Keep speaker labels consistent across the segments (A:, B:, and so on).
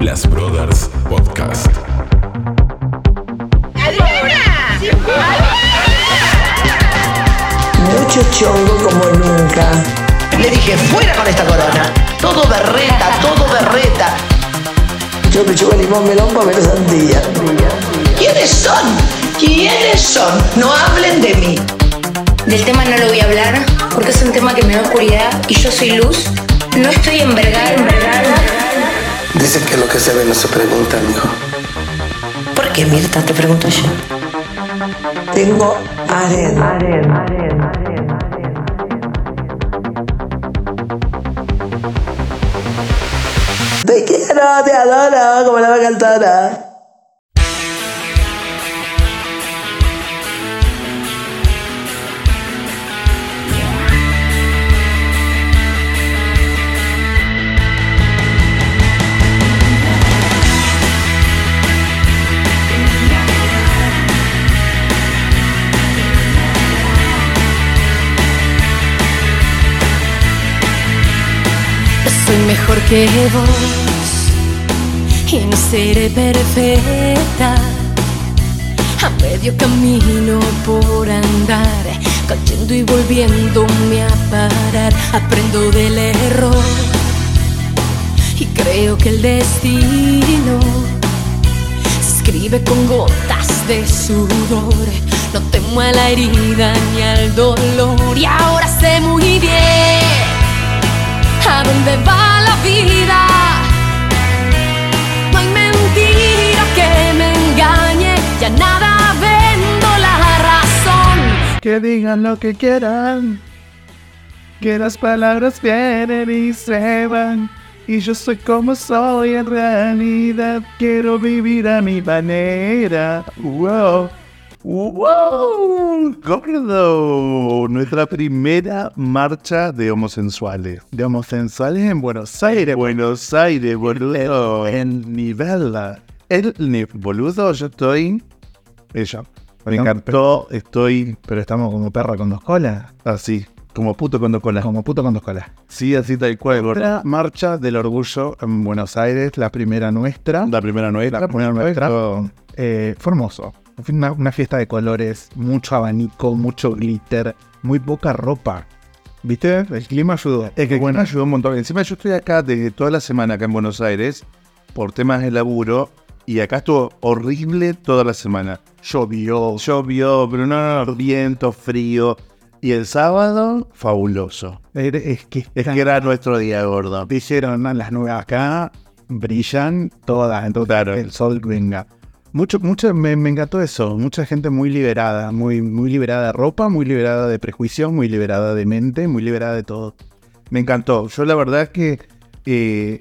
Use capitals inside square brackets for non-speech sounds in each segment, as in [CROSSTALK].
A: Las Brothers Podcast.
B: ¡Adriana!
C: Mucho chongo como nunca.
D: Le dije, fuera con esta corona. Todo berreta, todo berreta.
C: Yo me chupo limón, melón, papel, sandía.
D: ¿Quiénes son? ¿Quiénes son? No hablen de mí.
E: Del tema no lo voy a hablar porque es un tema que me da oscuridad y yo soy luz. No estoy envergada, envergada.
F: Dicen que lo que se ve no se pregunta, mijo.
E: ¿Por qué, Mirta? Te pregunto yo.
C: Tengo arena. Te quiero, te adoro, como la vaca al toro.
G: Soy mejor que vos y no seré perfecta. A medio camino por andar, cayendo y volviéndome a parar, aprendo del error y creo que el destino se escribe con gotas de sudor. No temo a la herida ni al dolor y ahora sé muy bien a dónde va la vida. No hay mentira que me engañe, ya nada vendo la razón.
H: Que digan lo que quieran. Que las palabras vienen y se van. Y yo soy como soy en realidad. Quiero vivir a mi manera. Wow. ¡Wow! Gordo, nuestra primera marcha de homosensuales. De homosensuales en Buenos Aires. Buenos Aires, boludo. En Nivela. El ni- boludo, yo estoy. Ella. Me encantó, estoy. Pero estamos como perra con dos colas. Así. Ah, Como puto con dos colas. Como puto con dos colas. Sí, así tal cual. gordo. Otra marcha del orgullo en Buenos Aires, la primera nuestra. La primera nuestra. La primera nuestra.
I: eh, fue hermoso. Fue Una, una fiesta de colores, mucho abanico, mucho glitter, muy poca ropa. ¿Viste? El clima ayudó.
H: Es que bueno, ayudó un montón. Encima yo estoy acá desde toda la semana acá en Buenos Aires por temas de laburo y acá estuvo horrible toda la semana. Llovió. Llovió, pero no, no, viento, frío. Y el sábado, fabuloso.
I: Era- Es que,
H: Es que era nuestro día gordo.
I: dijeron "Ah, las nubes acá, brillan todas, entonces
H: Claro.
I: el sol venga. Mucho, mucho, me, me encantó eso. Mucha gente muy liberada, muy, muy liberada de ropa, muy liberada de prejuicios, muy liberada de mente, muy liberada de todo.
H: Me encantó. Yo la verdad que eh,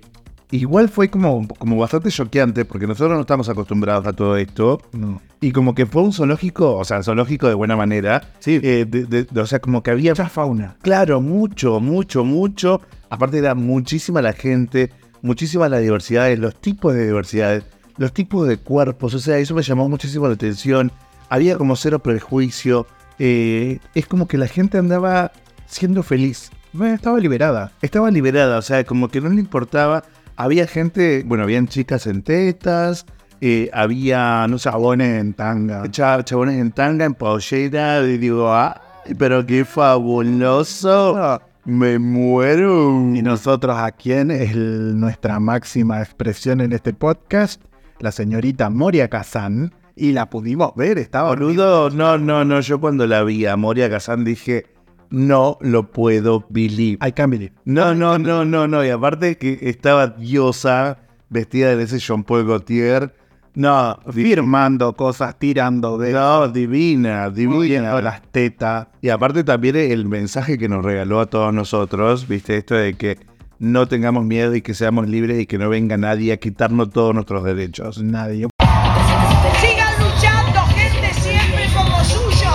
H: igual fue como, como bastante choqueante porque nosotros no estamos acostumbrados a todo esto.
I: No.
H: Y como que fue un zoológico, o sea, zoológico de buena manera. eh, Sí. o sea, como que había...
I: Mucha fauna.
H: Claro, mucho, mucho, mucho. Aparte era muchísima la gente, muchísima la diversidad, los tipos de diversidades, los tipos de cuerpos. O sea, eso me llamó muchísimo la atención. Había como cero prejuicio. eh, es como que la gente andaba siendo feliz.
I: Bueno, estaba liberada.
H: Estaba liberada, o sea, como que no le importaba. Había gente, bueno, habían chicas en tetas, eh, había, no sé,
I: Chabones en tanga.
H: cha- chabones en tanga, en pollera, y digo, ¡ay, pero qué fabuloso! ¡Me muero!
I: Y nosotros a quien es el- nuestra máxima expresión en este podcast, la señorita Moria Kazan, y la pudimos ver, estaba
H: Boludo, no, no, no, yo cuando la vi a Moria Kazan dije, no lo puedo believe.
I: I can't believe.
H: No, no, no, no, no. Y aparte que estaba diosa, vestida de ese Jean Paul Gaultier. No,
I: Firmando cosas, tirando de
H: no, divina, divina.
I: las tetas.
H: Y aparte también el mensaje que nos regaló a todos nosotros, viste, esto de que no tengamos miedo y que seamos libres y que no venga nadie a quitarnos todos nuestros derechos.
I: Nadie.
B: Sigan luchando, gente siempre como suyo.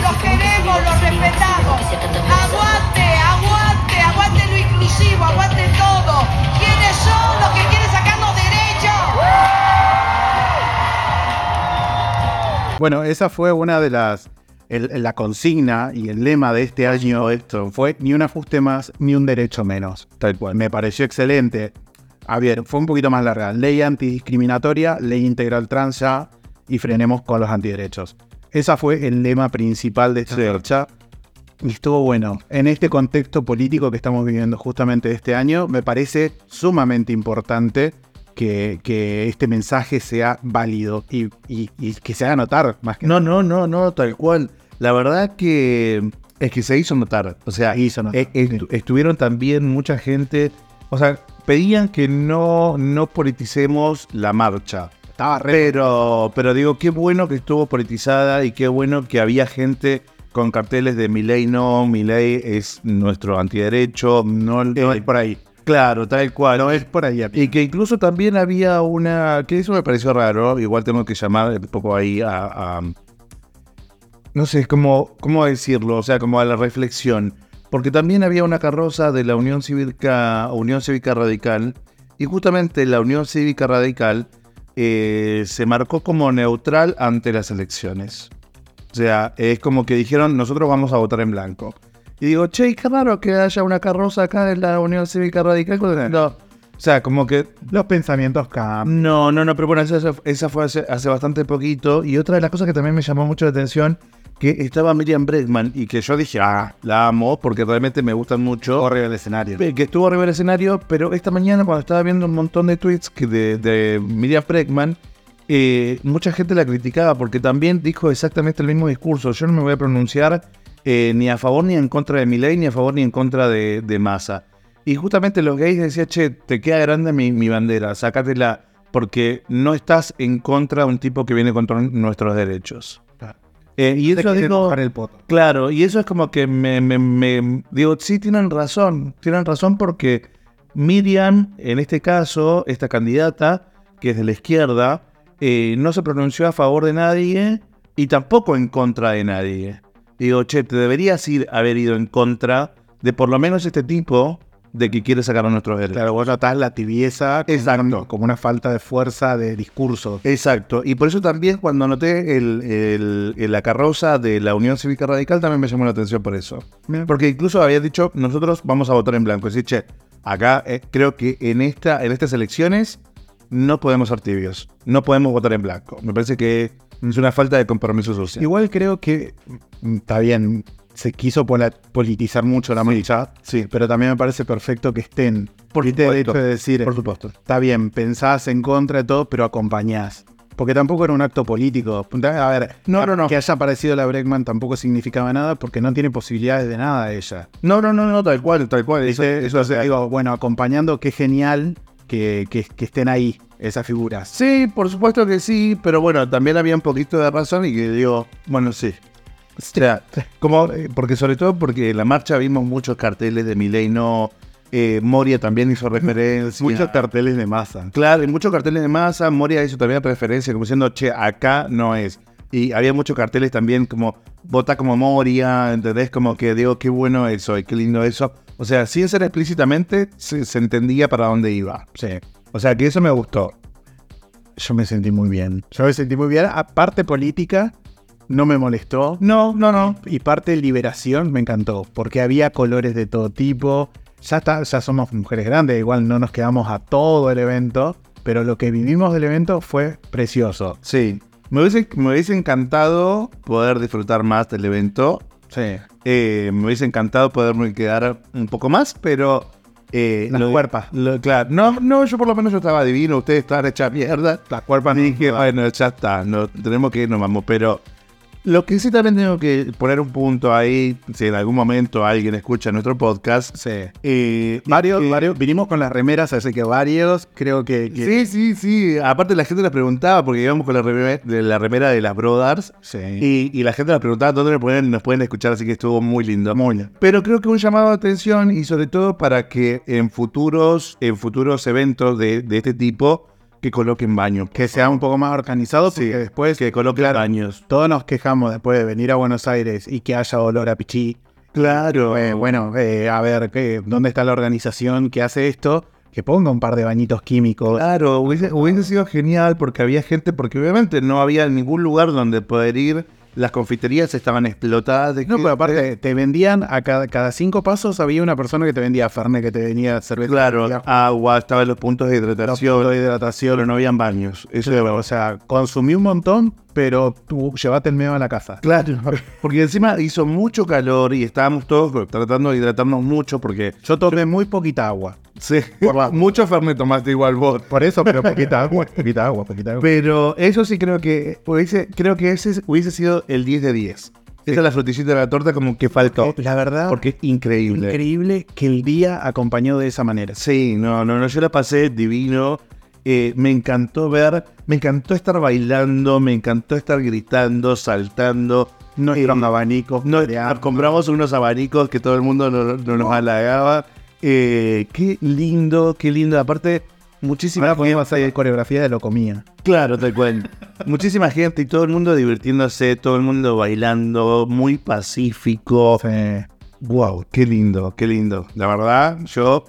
B: Los queremos, los respetamos. Aguante, aguante, aguante lo inclusivo, aguante todo. ¿Quiénes son los que quieren sacarnos derechos?
I: Bueno, esa fue una de las. el- la consigna y el lema de este año esto fue ni un ajuste más ni un derecho menos. Tal cual. Me pareció excelente. A ver, fue un poquito más larga. Ley antidiscriminatoria, ley integral trans ya y frenemos con los antiderechos. Esa fue el lema principal de esta
H: Sí.
I: marcha. Y estuvo bueno. En este contexto político que estamos viviendo justamente este año, me parece sumamente importante que, que este mensaje sea válido y, y- y que se haga notar más que
H: No, no, no, no, tal cual. La verdad que es que se hizo notar. O sea,
I: Se hizo notar,
H: eh, eh,
I: sí.
H: estuvieron también mucha gente. O sea, pedían que no, no politicemos la marcha.
I: Estaba re-
H: Pero, pero digo, qué bueno que estuvo politizada y qué bueno que había gente con carteles de Milei no, Milei es nuestro antiderecho, no eh,
I: No es por ahí.
H: Claro, tal cual.
I: No es por ahí. amigo.
H: Y que incluso también había una. que eso me pareció raro, igual tengo que llamar un poco ahí a. a- no sé, cómo, cómo decirlo, o sea, como a la reflexión. Porque también había una carroza de la Unión Cívica, Unión Cívica Radical, y justamente la Unión Cívica Radical eh, se marcó como neutral ante las elecciones. O sea, es como que dijeron, nosotros vamos a votar en blanco. Y digo, che, qué raro que haya una carroza acá de la Unión Cívica Radical. No. O sea, como que
I: Los pensamientos cambian.
H: no, no, no, pero bueno, esa, esa fue hace, hace bastante poquito. Y otra de las cosas que también me llamó mucho la atención, que estaba Miriam Bregman y que yo dije, ah, la amo, porque realmente me gustan mucho.
I: Horrible el escenario.
H: Eh, Que estuvo arriba del escenario, pero esta mañana cuando estaba viendo un montón de tweets que de, de Miriam Bregman, eh, mucha gente la criticaba porque también dijo exactamente el mismo discurso. Yo no me voy a pronunciar eh, ni a favor ni en contra de Milei, ni a favor ni en contra de, de Massa. Y justamente los gays decían, che, te queda grande mi, mi bandera, sácatela, porque no estás en contra de un tipo que viene contra nuestros derechos. Eh, y eso digo,
I: el poto.
H: Claro, y eso es como que me, me- me- digo, sí tienen razón, tienen razón porque Miriam, en este caso, esta candidata, que es de la izquierda, eh, no se pronunció a favor de nadie y tampoco en contra de nadie. Digo, che, te deberías ir haber ido en contra de por lo menos este tipo de que quiere sacar a nuestros derechos.
I: Claro, vos notás la tibieza como-
H: Exacto.
I: como una falta de fuerza de discurso.
H: Exacto, y por eso también cuando anoté el, el- el- la carroza de la Unión Cívica Radical también me llamó la atención por eso.
I: Bien.
H: Porque incluso había dicho, nosotros vamos a votar en blanco. Es decir, che, acá eh, creo que en, esta, en estas elecciones no podemos ser tibios, no podemos votar en blanco. Me parece que es una falta de compromiso social.
I: Igual creo que mm, está bien, se quiso pola- politizar mucho la marcha,
H: sí.
I: pero también me parece perfecto que estén.
H: Por
I: ¿Viste? El
H: supuesto,
I: hecho de decir,
H: por supuesto.
I: está bien, pensás en contra de todo, pero acompañás. Porque tampoco era un acto político. A ver,
H: No, no, no.
I: que haya aparecido la Bregman tampoco significaba nada porque no tiene posibilidades de nada ella.
H: No, no, no, no, tal cual, tal cual. Eso, eso,
I: Entonces digo, bueno, acompañando, qué genial que, que- que estén ahí esas figuras.
H: Sí, por supuesto que sí, pero bueno, también había un poquito de razón y que digo, bueno, sí. O sea, como, eh, porque sobre todo porque en la marcha vimos muchos carteles de Milei, no, eh, Moria también hizo referencia.
I: Muchos carteles de masa.
H: Claro, y muchos carteles de masa, Moria hizo también referencia, como diciendo, che, acá no es. Y había muchos carteles también como, vota como Moria, ¿entendés? Como que digo, qué bueno eso y qué lindo eso. O sea, sin ser explícitamente, se, se entendía para dónde iba.
I: Sí.
H: O sea, que eso me gustó.
I: Yo me sentí muy bien. Yo me sentí muy bien. A parte política, no me molestó.
H: No, no, no.
I: Y parte liberación me encantó, porque había colores de todo tipo. Ya, está, ya somos mujeres grandes, igual no nos quedamos a todo el evento, pero lo que vivimos del evento fue precioso.
H: Sí. Me hubiese, me hubiese encantado poder disfrutar más del evento.
I: Sí.
H: Eh, me hubiese encantado poderme quedar un poco más, pero. Eh,
I: Las
H: lo-
I: cuerpas.
H: lo- claro. No, no, yo por lo menos yo estaba divino. Ustedes estaban hechas mierda. Las cuerpas. Dije, bueno, ya está. No, tenemos que irnos, vamos. Pero lo que sí también tengo que poner un punto ahí. Si en algún momento alguien escucha nuestro podcast.
I: Sí.
H: eh,
I: Varios,
H: eh,
I: varios, vinimos con las remeras, así que varios, creo que... que-
H: Sí, sí, sí. Aparte la gente nos preguntaba, porque íbamos con la remera de, la remera de las Brothers.
I: Sí.
H: Y, y la gente nos preguntaba dónde nos pueden, nos pueden escuchar, así que estuvo muy lindo. Pero creo que un llamado de atención y sobre todo para que en futuros, en futuros eventos de, de este tipo, que coloquen baños.
I: que sea un poco más organizado, porque después
H: que coloquen baños.
I: todos nos quejamos después de venir a Buenos Aires y que haya olor a pichí.
H: Claro.
I: Eh, bueno, eh, a ver, ¿qué- ¿dónde está la organización que hace esto? Que ponga un par de bañitos químicos.
H: Claro, hubiese, hubiese sido genial porque había gente, porque obviamente no había ningún lugar donde poder ir las confiterías estaban explotadas. de
I: No,
H: que-
I: pero aparte, te vendían a cada, cada cinco pasos había una persona que te vendía Fernet, que te vendía cerveza.
H: Claro,
I: que te vendía
H: agua, estaban los puntos de hidratación.
I: los de hidratación.
H: pero no habían baños. Eso era
I: O sea, consumí un montón, pero tú llevate el medio a la casa. [LAUGHS]
H: Claro, porque encima hizo mucho calor y estábamos todos tratando de hidratarnos mucho porque
I: Yo tomé muy poquita agua.
H: sí,
I: Por la-
H: [LAUGHS] mucho fernet tomaste igual vos.
I: Por eso, pero poquita agua, poquita agua, poquita agua.
H: Pero eso sí creo que hubiese, creo que ese hubiese sido el 10 de 10. Esa es la frutillita de la torta como que faltó.
I: Eh, la verdad,
H: Porque es increíble.
I: increíble que el día acompañó de esa manera.
H: Sí, no, no, no, yo la pasé divino. Eh, me encantó ver, me encantó estar bailando, me encantó estar gritando, saltando.
I: No
H: Eh,
I: eran abanicos.
H: No, ah,
I: creados.
H: compramos unos abanicos que todo el mundo no, no nos halagaba. Eh, qué lindo, qué lindo. Aparte, muchísima
I: Ahora podíamos hacer coreografía de lo comía.
H: Claro, tal
I: [LAUGHS]
H: cual. muchísima gente y todo el mundo divirtiéndose, todo el mundo bailando, muy pacífico. Wow, qué lindo, qué lindo. La verdad, yo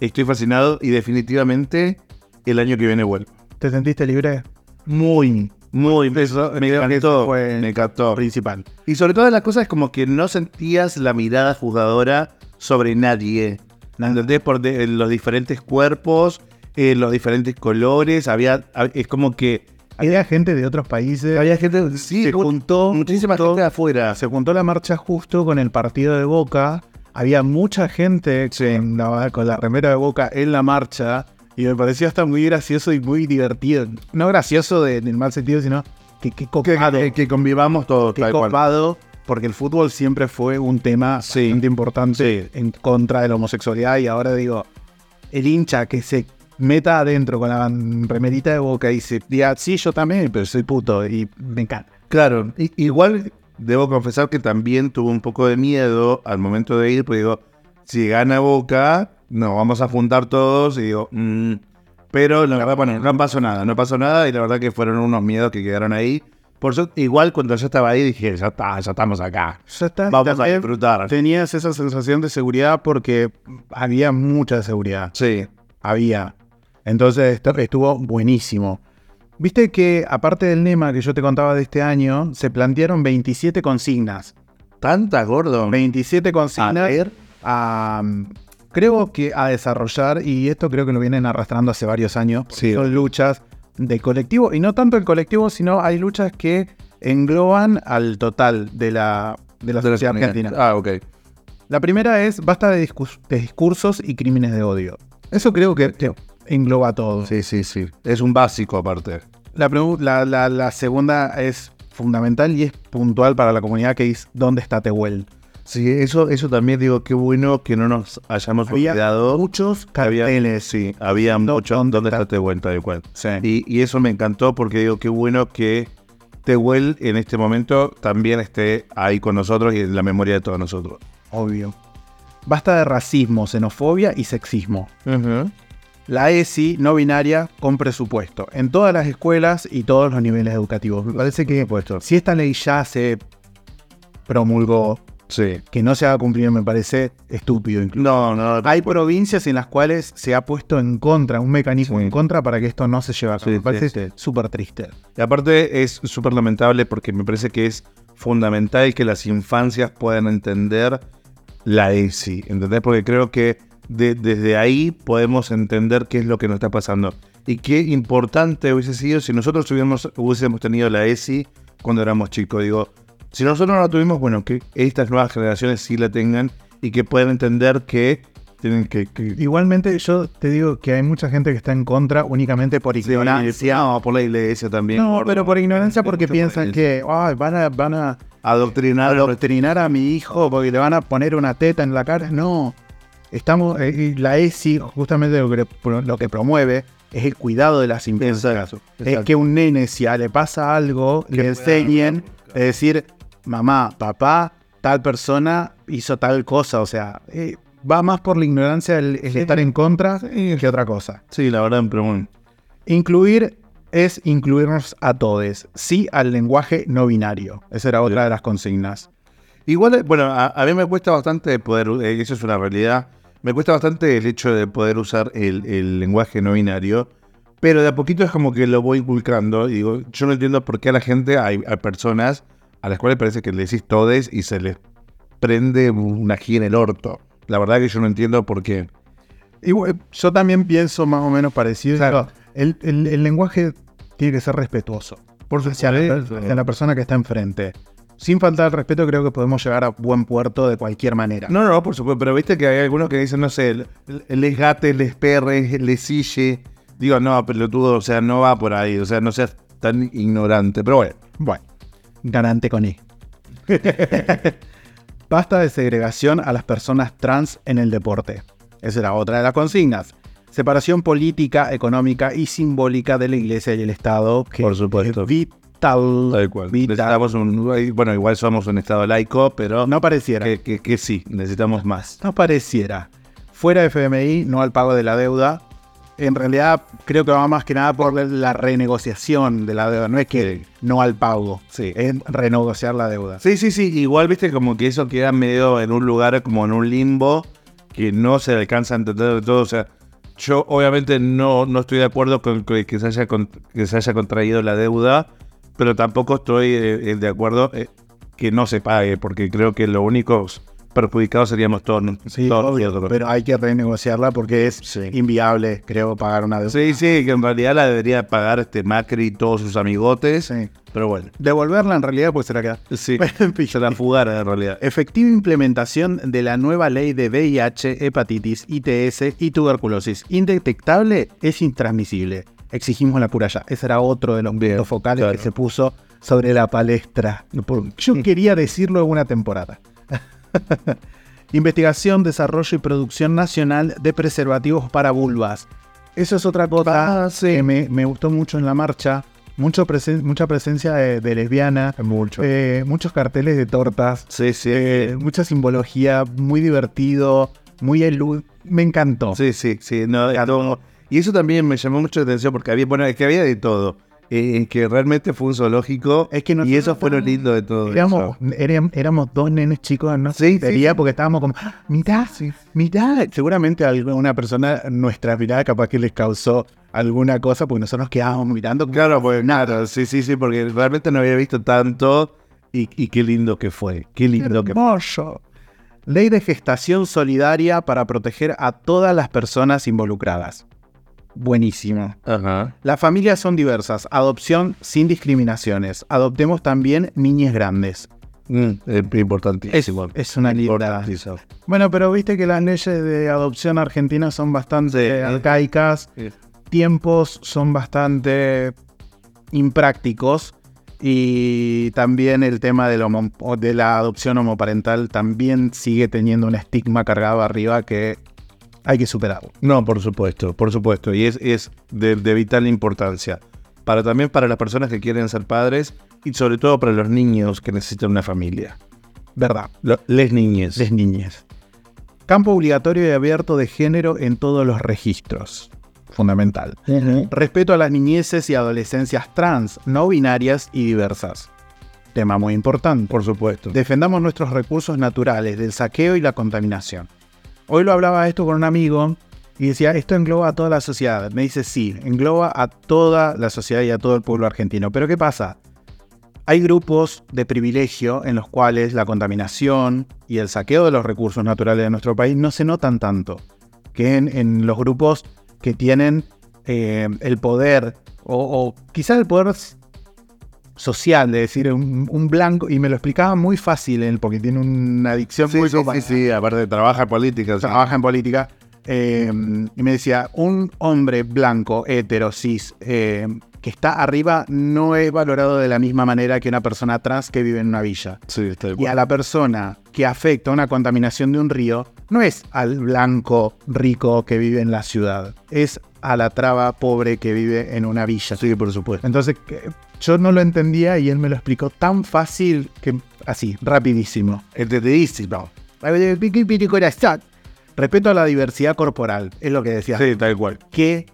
H: estoy fascinado y definitivamente el año que viene vuelvo.
I: ¿Te sentiste libre? Pues
H: Muy, muy. me encantó.
I: fue
H: Me encantó.
I: Principal.
H: Y sobre todas las cosas, como que no sentías la mirada juzgadora sobre nadie. ¿Entendés? Por de- eh, los diferentes cuerpos, eh, los diferentes colores. Había. hab- Es como que.
I: Había gente de otros países.
H: Había gente. Sí,
I: se juntó,
H: Muchísima
I: juntó-
H: gente de afuera.
I: se juntó la marcha justo con el partido de Boca. Había mucha gente con, la, con la remera de Boca en la marcha. Y me pareció hasta muy gracioso y muy divertido. No gracioso de- en el mal sentido, sino que, que
H: Que,
I: copado.
H: que- que convivamos todos,
I: que
H: tal cual.
I: copado, Porque el fútbol siempre fue un tema
H: Sí.
I: bastante importante en contra de la homosexualidad. Y ahora digo, el hincha que se meta adentro con la remerita de boca y se diga, sí, yo también, pero soy puto. Y me encanta.
H: Claro, i- igual debo confesar que también tuve un poco de miedo al momento de ir, porque digo, si gana Boca, nos vamos a juntar todos y digo, mm, pero la verdad, bueno, no pasó nada, no pasó nada y la verdad que fueron unos miedos que quedaron ahí. Por eso, igual cuando yo estaba ahí dije, ya está, ya estamos acá.
I: Ya está.
H: Vamos a
I: También
H: disfrutar.
I: Tenías esa sensación de seguridad porque había mucha seguridad.
H: Sí,
I: Había. Entonces esto estuvo buenísimo. Viste que, aparte del NEMA que yo te contaba de este año, se plantearon 27 consignas.
H: tanta gordo.
I: 27
H: A
I: consignas.
H: ver.
I: a, um, creo que a desarrollar, y esto creo que lo vienen arrastrando hace varios años, porque
H: Sí.
I: son luchas de colectivo, y no tanto el colectivo, sino hay luchas que engloban al total de la, de la
H: De la
I: sociedad
H: comunidad.
I: argentina.
H: Ah, ok.
I: La primera es basta de, discus- de discursos y crímenes de odio. Eso creo que que engloba todo.
H: Sí, sí, sí. Es un básico aparte.
I: La, pregu- la- la- la segunda es fundamental y es puntual para la comunidad que es ¿dónde está Tehuel?
H: Sí, eso, eso también digo, qué bueno que no nos hayamos
I: Había
H: olvidado. Muchos
I: carteles,
H: sí, había
I: No,
H: muchos.
I: ¿dónde
H: ¿Dónde,
I: está?
H: está Tehuel? Tal cual.
I: Sí.
H: Y, y eso me encantó porque digo, qué bueno que Tehuel en este momento también esté ahí con nosotros y en la memoria de todos nosotros.
I: Obvio. Basta de racismo, xenofobia y sexismo. La ESI no binaria con presupuesto en todas las escuelas y todos los niveles educativos. Me parece que si esta ley ya se promulgó,
H: Sí.
I: que no se haga cumplir me parece estúpido incluso.
H: No, no.
I: Hay provincias en las cuales se ha puesto en contra, un mecanismo
H: Sí.
I: en contra para que esto no se lleve a cabo.
H: Sí,
I: Me parece
H: sí, sí.
I: súper triste.
H: Y aparte es súper lamentable porque me parece que es fundamental que las infancias puedan entender la ESI, ¿entendés? Porque creo que de- desde ahí podemos entender qué es lo que nos está pasando. Y qué importante hubiese sido si nosotros hubiéramos, hubiésemos tenido la ESI cuando éramos chicos. Digo, si nosotros no la tuvimos, bueno, que estas nuevas generaciones sí la tengan y que puedan entender que tienen que... que-
I: Igualmente, yo te digo que hay mucha gente que está en contra únicamente por ignorancia.
H: No, por la iglesia también.
I: no,
H: gordo.
I: pero por ignorancia porque
H: Mucho por
I: piensan
H: iglesia.
I: que "Ay, van a, van a
H: Adoctrinar a los
I: adoctrinar a mi hijo porque le van a poner una teta en la cara. No. Estamos, eh, y la ESI, justamente lo que, pro- lo que promueve es el cuidado de las infancias. este
H: Exacto,
I: Es
H: exacto.
I: que un nene, si a- le pasa algo, le enseñen, es decir, mamá, papá, tal persona hizo tal cosa. O sea, eh, va más por la ignorancia el, el estar en contra que otra cosa.
H: Sí, la verdad, pero bueno.
I: Incluir es incluirnos a todos. Sí al lenguaje no binario. Esa era otra de las consignas.
H: Igual, eh, bueno, a, a mí me cuesta bastante poder, eh, eso es una realidad, me cuesta bastante el hecho de poder usar el, el lenguaje no binario, pero de a poquito es como que lo voy inculcando y digo, yo no entiendo por qué a la gente, hay, hay personas
A: a las cuales parece que le decís todes y se les prende una gira en el orto. La verdad que yo no entiendo por qué.
H: Y bueno, yo también pienso más o menos parecido.
A: Claro.
H: Digo, El, el- el lenguaje tiene que ser respetuoso. Por hacia, la,
A: supuesto.
H: hacia la persona que está enfrente. Sin faltar al respeto, creo que podemos llegar a buen puerto de cualquier manera.
A: No, no, por supuesto, pero viste que hay algunos que dicen, no sé, les gates, les perres, les sille. Digo, no, pelotudo, o sea, no va por ahí, o sea, no seas tan ignorante. Pero bueno,
H: Bueno, garante con E. I. Basta de segregación a las personas trans en el deporte. Esa era otra de las consignas. Separación política, económica y simbólica de la iglesia y el Estado. que
A: Por supuesto.
H: es Vital.
A: tal cual.
H: Vital.
A: Necesitamos un. Bueno, igual somos un estado laico, pero.
H: No pareciera.
A: que, que- que sí, necesitamos más.
H: no pareciera. Fuera FMI, no al pago de la deuda. En realidad, creo que va más que nada por la renegociación de la deuda. No es que no al pago,
A: Sí.
H: es renegociar la deuda.
A: Sí, sí, sí. Igual, viste, como que eso queda medio en un lugar, como en un limbo, que no se alcanza a entender de todo. O sea, yo obviamente no, no estoy de acuerdo con que, que se haya con- que se haya contraído la deuda, pero tampoco estoy eh, eh, de acuerdo eh, que no se pague, porque creo que los únicos perjudicados seríamos todos. ¿no?
H: Sí,
A: Todos
H: obvio,
A: nosotros.
H: pero hay que renegociarla porque es
A: Sí.
H: inviable, creo, pagar una deuda.
A: Sí, sí, que en realidad la debería pagar este Macri y todos sus amigotes.
H: Sí.
A: Pero bueno.
H: Devolverla en realidad pues será que [LAUGHS]
A: Sí,
H: En fin.
A: se la fugara en realidad.
H: Efectiva implementación de la nueva ley de VIH, hepatitis, ITS y tuberculosis. Indetectable es intransmisible. Exigimos la cura ya. Ese era otro de los puntos focales
A: claro.
H: que se puso sobre la palestra. Por-
A: [LAUGHS]
H: Yo quería decirlo en una temporada. [LAUGHS] Investigación, desarrollo y producción nacional de preservativos para vulvas. Eso es otra
A: Ah,
H: cosa que me, me gustó mucho en la marcha. Mucho presen- mucha presencia de, de lesbiana.
A: Mucho.
H: Eh, muchos carteles de tortas.
A: Sí, sí.
H: Eh, mucha simbología, muy divertido, muy elu... Me encantó.
A: Sí, sí, sí. no, es todo. Y eso también me llamó mucho la atención porque había, bueno, es que había de todo. Eh, es que realmente fue un zoológico.
H: Es que
A: y
H: nosotros
A: eso fue lo
H: estábamos-
A: lindo de todo. eso.
H: Éramos, érem- éramos dos nenes chicos, no
A: Sí,
H: sí,
A: sí, sí.
H: porque estábamos como, "Ah, mirá, mirá. Seguramente a alguna persona, nuestra mirada capaz que les causó alguna cosa, porque nosotros nos quedábamos mirando. como-
A: Claro, pues nada, sí, sí, sí, porque realmente no había visto tanto. Y, y qué lindo que fue. Qué lindo que fue.
H: Hermoso. Ley de gestación solidaria para proteger a todas las personas involucradas. Buenísimo.
A: Ajá.
H: Las familias son diversas. Adopción sin discriminaciones. Adoptemos también niñes grandes.
A: Mm, eh, importantísimo.
H: Es una linda.
A: Importantísimo.
H: Bueno, pero viste que las leyes de adopción argentinas son bastante
A: Sí.
H: arcaicas.
A: Sí.
H: Tiempos son bastante imprácticos. Y también el tema del homo- o de la adopción homoparental también sigue teniendo un estigma cargado arriba que hay que superarlo.
A: No, por supuesto, por supuesto. Y es, es de, de vital importancia. Para también para las personas que quieren ser padres y sobre todo para los niños que necesitan una familia.
H: ¿Verdad?
A: Lo- les niñes.
H: Las niñas. Campo obligatorio y abierto de género en todos los registros. Fundamental. Respeto a las niñeces y adolescencias trans, no binarias y diversas. Tema muy importante.
A: Por supuesto.
H: Defendamos nuestros recursos naturales del saqueo y la contaminación. Hoy lo hablaba esto con un amigo y decía, esto engloba a toda la sociedad. Me dice, sí, engloba a toda la sociedad y a todo el pueblo argentino. Pero ¿qué pasa? Hay grupos de privilegio en los cuales la contaminación y el saqueo de los recursos naturales de nuestro país no se notan tanto que en, en los grupos que tienen eh, el poder o, o quizás el poder s- social, de decir, un, un blanco, y me lo explicaba muy fácil él, porque tiene una adicción
A: Sí,
H: muy
A: sí, sí,
H: compleja
A: sí, aparte trabaja en política. sí.
H: trabaja en política, eh, y me decía, un hombre blanco, hetero, cis, eh, que está arriba no es valorado de la misma manera que una persona trans que vive en una villa.
A: Sí, está de
H: Y a
A: acuerdo.
H: la persona que afecta una contaminación de un río, no es al blanco rico que vive en la ciudad, es a la traba pobre que vive en una villa.
A: Sí, por supuesto.
H: Entonces, que- yo no lo entendía y él me lo explicó tan fácil que así, rapidísimo.
A: Entendidísimo.
H: Respeto a la diversidad corporal, es lo que decía.
A: Sí, tal cual.
H: Qué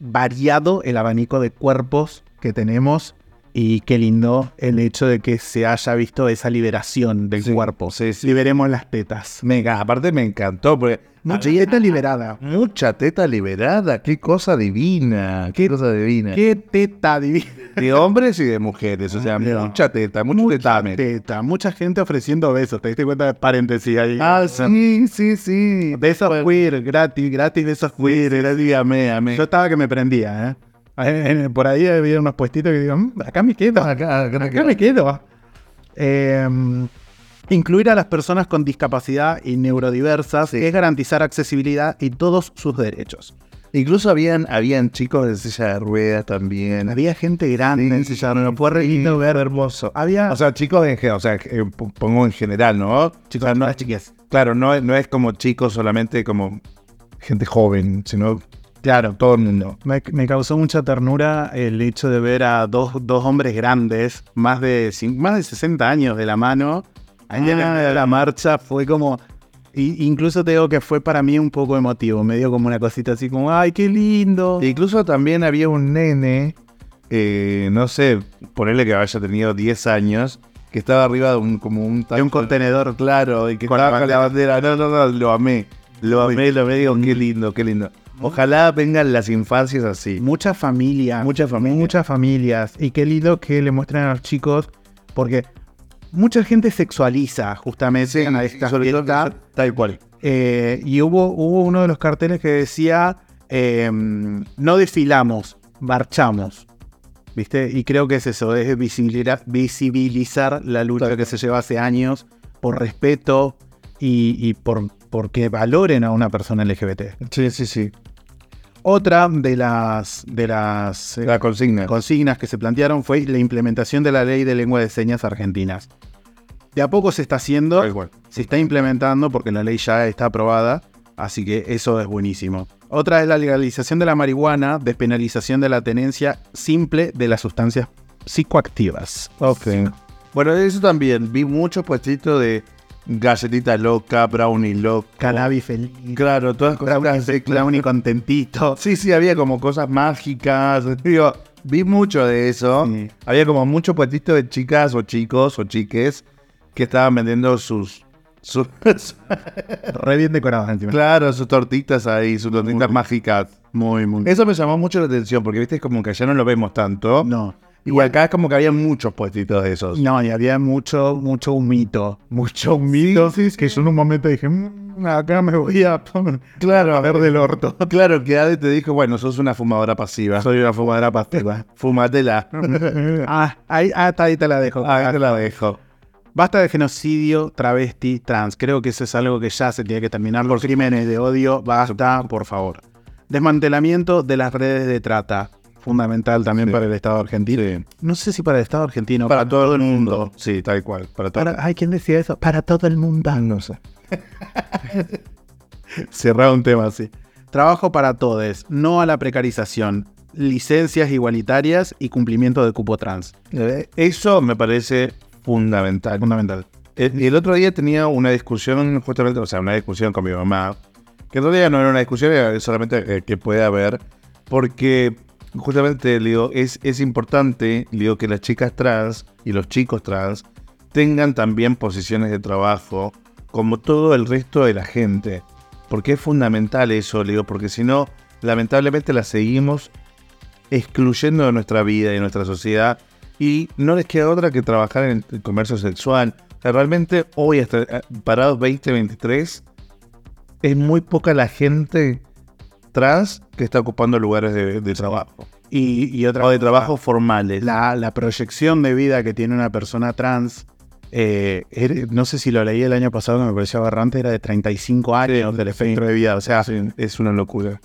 H: variado el abanico de cuerpos que tenemos
I: Y qué lindo el hecho de que se haya visto esa liberación del
H: Sí,
I: cuerpo.
H: sí, sí.
I: Liberemos las tetas.
H: Venga, aparte me encantó porque
I: Mucha
H: había
I: teta liberada.
H: Mucha teta liberada, qué cosa divina, qué cosa divina.
I: Qué teta divina.
H: De hombres y de mujeres, o sea,
I: Hombre,
H: mucha teta, mucho tetame.
I: Teta. Mucha gente ofreciendo besos. ¿Te diste cuenta de paréntesis ahí?
H: Ah, sí, sí, sí. Pues-
I: Besos queer, gratis, gratis besos queer.
H: Mira, dígame, amén.
I: Yo estaba que me prendía, ¿eh? En- en- Por ahí había unos puestitos que digo, "Mm, acá me quedo,
H: Acá, acá,
I: acá me quedo. Eh, incluir a las personas con discapacidad y neurodiversas es garantizar accesibilidad y todos sus derechos.
H: Incluso habían, habían chicos de silla de ruedas también.
I: Había gente grande
H: Sí,
I: en silla de ruedas, fue re
H: sí,
I: lindo ver. Hermoso. Había
H: O sea, chicos en general, o sea, eh, p- pongo en general, ¿no?
I: chicos,
H: O sea, no
I: las chiquillas.
H: Claro, no, es- no es como chicos solamente como gente joven, sino, claro, todo el mundo.
I: Me, me causó mucha ternura el hecho de ver a dos, dos hombres grandes, más de, cin- más de 60 años de la mano, ahí en la- la marcha. Fue como. i- incluso te digo que fue para mí un poco emotivo. Me dio como una cosita así como, ¡ay, qué lindo!
H: E Incluso también había un nene, eh, no sé, ponerle que haya tenido 10 años, que estaba arriba de un, como un,
I: De un
H: tacho-
I: contenedor,
H: claro, y que
I: Con
H: estaba
I: la
H: con la bandera. No, no, no, lo amé. Lo amé, lo amé, digo, qué lindo, qué lindo.
I: Mm.
H: Ojalá vengan las infancias así.
I: Muchas familias. Muchas familias. Muchas familias. Y qué lindo que le muestren a los chicos, porque mucha gente sexualiza justamente a esta
H: sobre todo que
I: fiesta.
H: son- tal cual.
I: Eh, y hubo, hubo uno de los carteles que decía, eh, no desfilamos, marchamos. ¿Viste? Y creo que es eso, es visibilizar, visibilizar la lucha que se lleva hace años por respeto y, y por, porque valoren a una persona LGBT.
H: Sí, sí, sí.
I: Otra de las, de las eh,
H: La consigna.
I: consignas que se plantearon fue la implementación de la ley de lengua de señas argentinas. De a poco se está haciendo,
H: Tal cual.
I: se está implementando porque la ley ya está aprobada, así que eso es buenísimo. Otra es la legalización de la marihuana, despenalización de la tenencia simple de las sustancias psicoactivas.
H: Ok. Bueno, eso también. Vi muchos puestitos de galletita loca, brownie loca.
I: Cannabis feliz.
H: Claro, todas cosas. así, claro.
I: Brownie contentito.
H: Sí, sí, había como cosas mágicas. Digo, vi mucho de eso.
I: Sí.
H: Había como muchos puestitos de chicas o chicos o chiques que estaban vendiendo sus. [LAUGHS] sus
I: Re bien decorado encima.
H: claro, sus tortitas ahí, sus tortitas
I: Muy.
H: mágicas.
I: Muy, muy.
H: Eso me llamó mucho la atención porque, viste, es como que allá no lo vemos tanto.
I: No.
H: Igual acá es como que había muchos puestitos de esos.
I: No, y había mucho, mucho humito. Mucho humito. que yo en un momento dije, "Mm, acá me voy
H: [LAUGHS]
I: a poner
H: Claro,
I: a ver del orto.
H: [LAUGHS] Claro, que Ade te dijo, bueno, sos una fumadora pasiva.
I: Soy una fumadora pasiva.
H: [LAUGHS] Fumatela.
I: ah, ahí, ah, está, ahí te la dejo.
H: Acá te la dejo.
I: Basta de genocidio, travesti, trans. Creo que eso es algo que ya se tiene que terminar. Los crímenes de odio, basta, por favor. Desmantelamiento de las redes de trata. Fundamental también
H: Sí.
I: para el Estado argentino.
H: Sí.
I: No sé si para el Estado argentino.
H: Para todo el mundo. Sí, tal cual. Para todo.
I: Para- ay, ¿quién decía eso? Para todo el mundo. Ah,
H: no [LAUGHS] sé.
I: Cerrar un tema así. Trabajo para todos, no a la precarización. Licencias igualitarias y cumplimiento de cupo trans.
H: Eh, Eso me parece fundamental.
I: Fundamental.
H: El, el otro día tenía una discusión, justamente, o sea, una discusión con mi mamá, que en realidad no era una discusión, era solamente eh, que puede haber, porque justamente le digo, es, es importante le digo, que las chicas trans y los chicos trans tengan también posiciones de trabajo como todo el resto de la gente, porque es fundamental eso, le digo, porque si no, lamentablemente las seguimos excluyendo de nuestra vida y de nuestra sociedad y no les queda otra que trabajar en el comercio sexual. O sea, realmente hoy, hasta eh, parados 2023, es muy poca la gente trans que está ocupando lugares de, de trabajo.
I: Y, y otra
H: O de trabajos formales.
I: la, la proyección de vida que tiene una persona trans, eh, er- no sé si lo leí el año pasado que me pareció aberrante, era de 35 años del espectro de vida. O sea,
H: Sí, es una locura.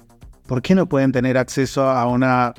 I: ¿por qué no pueden tener acceso a una...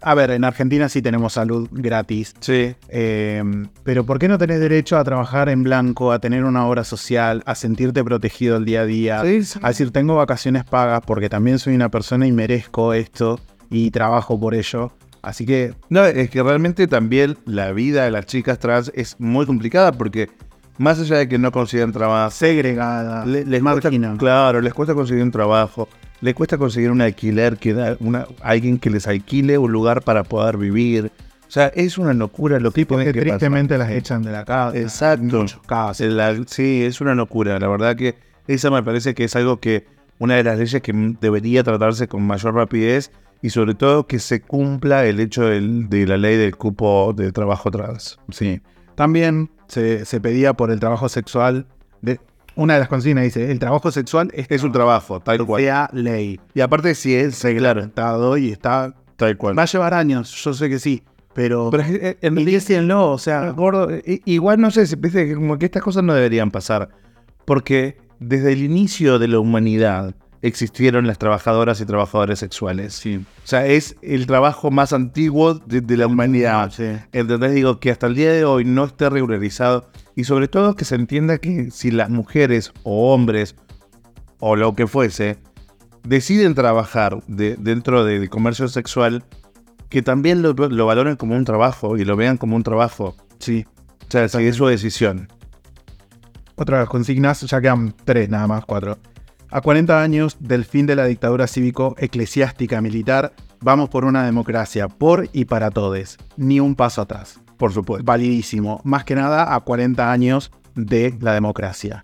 I: A ver, en Argentina sí tenemos salud gratis,
H: Sí.
I: eh, pero ¿por qué no tenés derecho a trabajar en blanco, a tener una obra social, a sentirte protegido el día a día? A decir, tengo vacaciones pagas porque también soy una persona y merezco esto y trabajo por ello. Así que
H: No, es que realmente también la vida de las chicas trans es muy complicada porque más allá de que no consigan trabajo,
I: segregada,
H: Le- les cuesta, claro, les cuesta conseguir un trabajo, les cuesta conseguir un alquiler, que da- una, alguien que les alquile un lugar para poder vivir. O sea, es una locura lo que tiene
I: Porque
H: que pasar.
I: tristemente las echan de la casa.
H: Exacto.
I: Muchos casos.
H: La- sí, es una locura. La verdad que esa me parece que es algo que una de las leyes que m- debería tratarse con mayor rapidez y sobre todo que se cumpla el hecho del- de la ley del cupo de trabajo trans.
I: Sí. También se, se pedía por el trabajo sexual. De, una de las consignas dice, el trabajo sexual es,
H: Es un trabajo, tal cual.
I: sea ley.
H: Y aparte si es claro,
I: Tratado y está...
H: tal cual.
I: Va a llevar años, yo sé que sí, pero...
H: Pero es- eh, en realidad-
I: Indícienlo, o sea...
H: Gordo, i- igual no sé, se parece que como que estas cosas no deberían pasar. Porque desde el inicio de la humanidad existieron las trabajadoras y trabajadores sexuales. O sea, es el trabajo más antiguo de, de la humanidad.
I: Sí.
H: ¿Entendés? Digo, que hasta el día de hoy no esté regularizado. Y sobre todo que se entienda que si las mujeres o hombres o lo que fuese deciden trabajar de- dentro del comercio sexual, que también lo, lo valoren como un trabajo y lo vean como un trabajo.
I: Sí.
H: O sea, si es su decisión.
I: Otra de las consignas, ya quedan tres nada más, cuatro. A 40 años del fin de la dictadura cívico-eclesiástica militar, vamos por una democracia por y para todes. Ni un paso atrás.
H: Por supuesto.
I: Validísimo. Más que nada a 40 años de la democracia.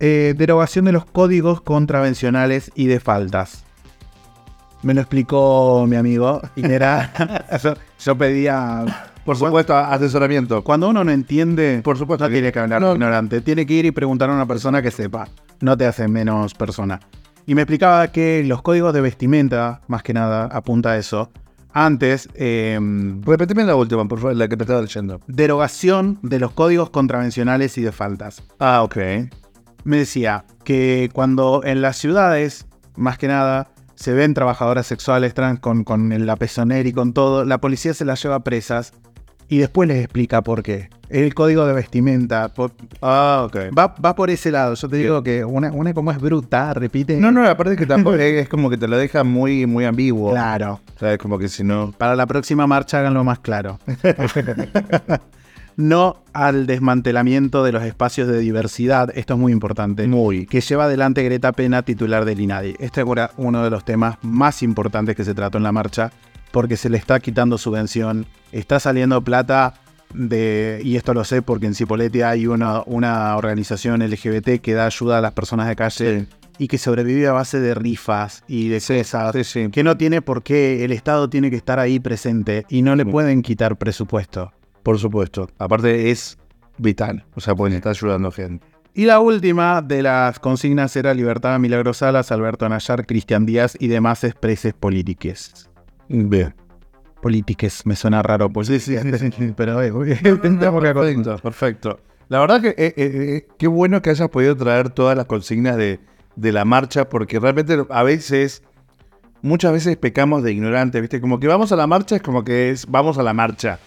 I: Eh, derogación de los códigos contravencionales y de faltas. Me lo explicó mi amigo. Y
H: [LAUGHS]
I: era. yo, yo pedía.
H: Por supuesto, asesoramiento.
I: Cuando uno no entiende,
H: Por supuesto
I: no
H: que-
I: tiene que hablar
H: no.
I: ignorante. Tiene que ir y preguntar a una persona que sepa. No te hace menos persona. Y me explicaba que los códigos de vestimenta, más que nada, apunta a eso. Antes, eh,
H: Repetime la última, por favor, la que te estaba leyendo.
I: derogación de los códigos contravencionales y de faltas.
H: Ah, ok.
I: Me decía que cuando en las ciudades, más que nada, se ven trabajadoras sexuales trans con, con la pezonera y con todo, la policía se las lleva presas y después les explica por qué. El código de vestimenta, por-
H: Ah, ok.
I: Va, va por ese lado. Yo te digo que una, una como es bruta, repite.
H: No, no, aparte es que
I: [LAUGHS]
H: tampoco es como que te lo deja muy, muy ambiguo.
I: Claro.
H: O sea, es como que si no.
I: Para la próxima marcha háganlo más claro. no al desmantelamiento de los espacios de diversidad. Esto es muy importante.
H: Muy.
I: Que lleva adelante Greta Pena, titular del INADI. Este era uno de los temas más importantes que se trató en la marcha, porque se le está quitando subvención, está saliendo plata de, y esto lo sé porque en Cipolletti hay una, una organización LGBT que da ayuda a las personas de calle y que sobrevive a base de rifas y de cesas, que no tiene por qué, el Estado tiene que estar ahí presente y no le pueden quitar presupuesto.
H: Por supuesto. Aparte es vital. O sea, porque está ayudando gente.
I: Y la última de las consignas era Libertad Milagrosalas, Alberto Nayar, Cristian Díaz y demás expreses polítiques.
H: Bien.
I: Polítiques, me suena raro. Pues sí, sí, pero eh,
H: [LAUGHS] Perfecto, perfecto. La verdad que eh, eh, eh, qué bueno que hayas podido traer todas las consignas de, de la marcha, porque realmente a veces, muchas veces pecamos de ignorantes, ¿viste? Como que vamos a la marcha es como que es vamos a la marcha.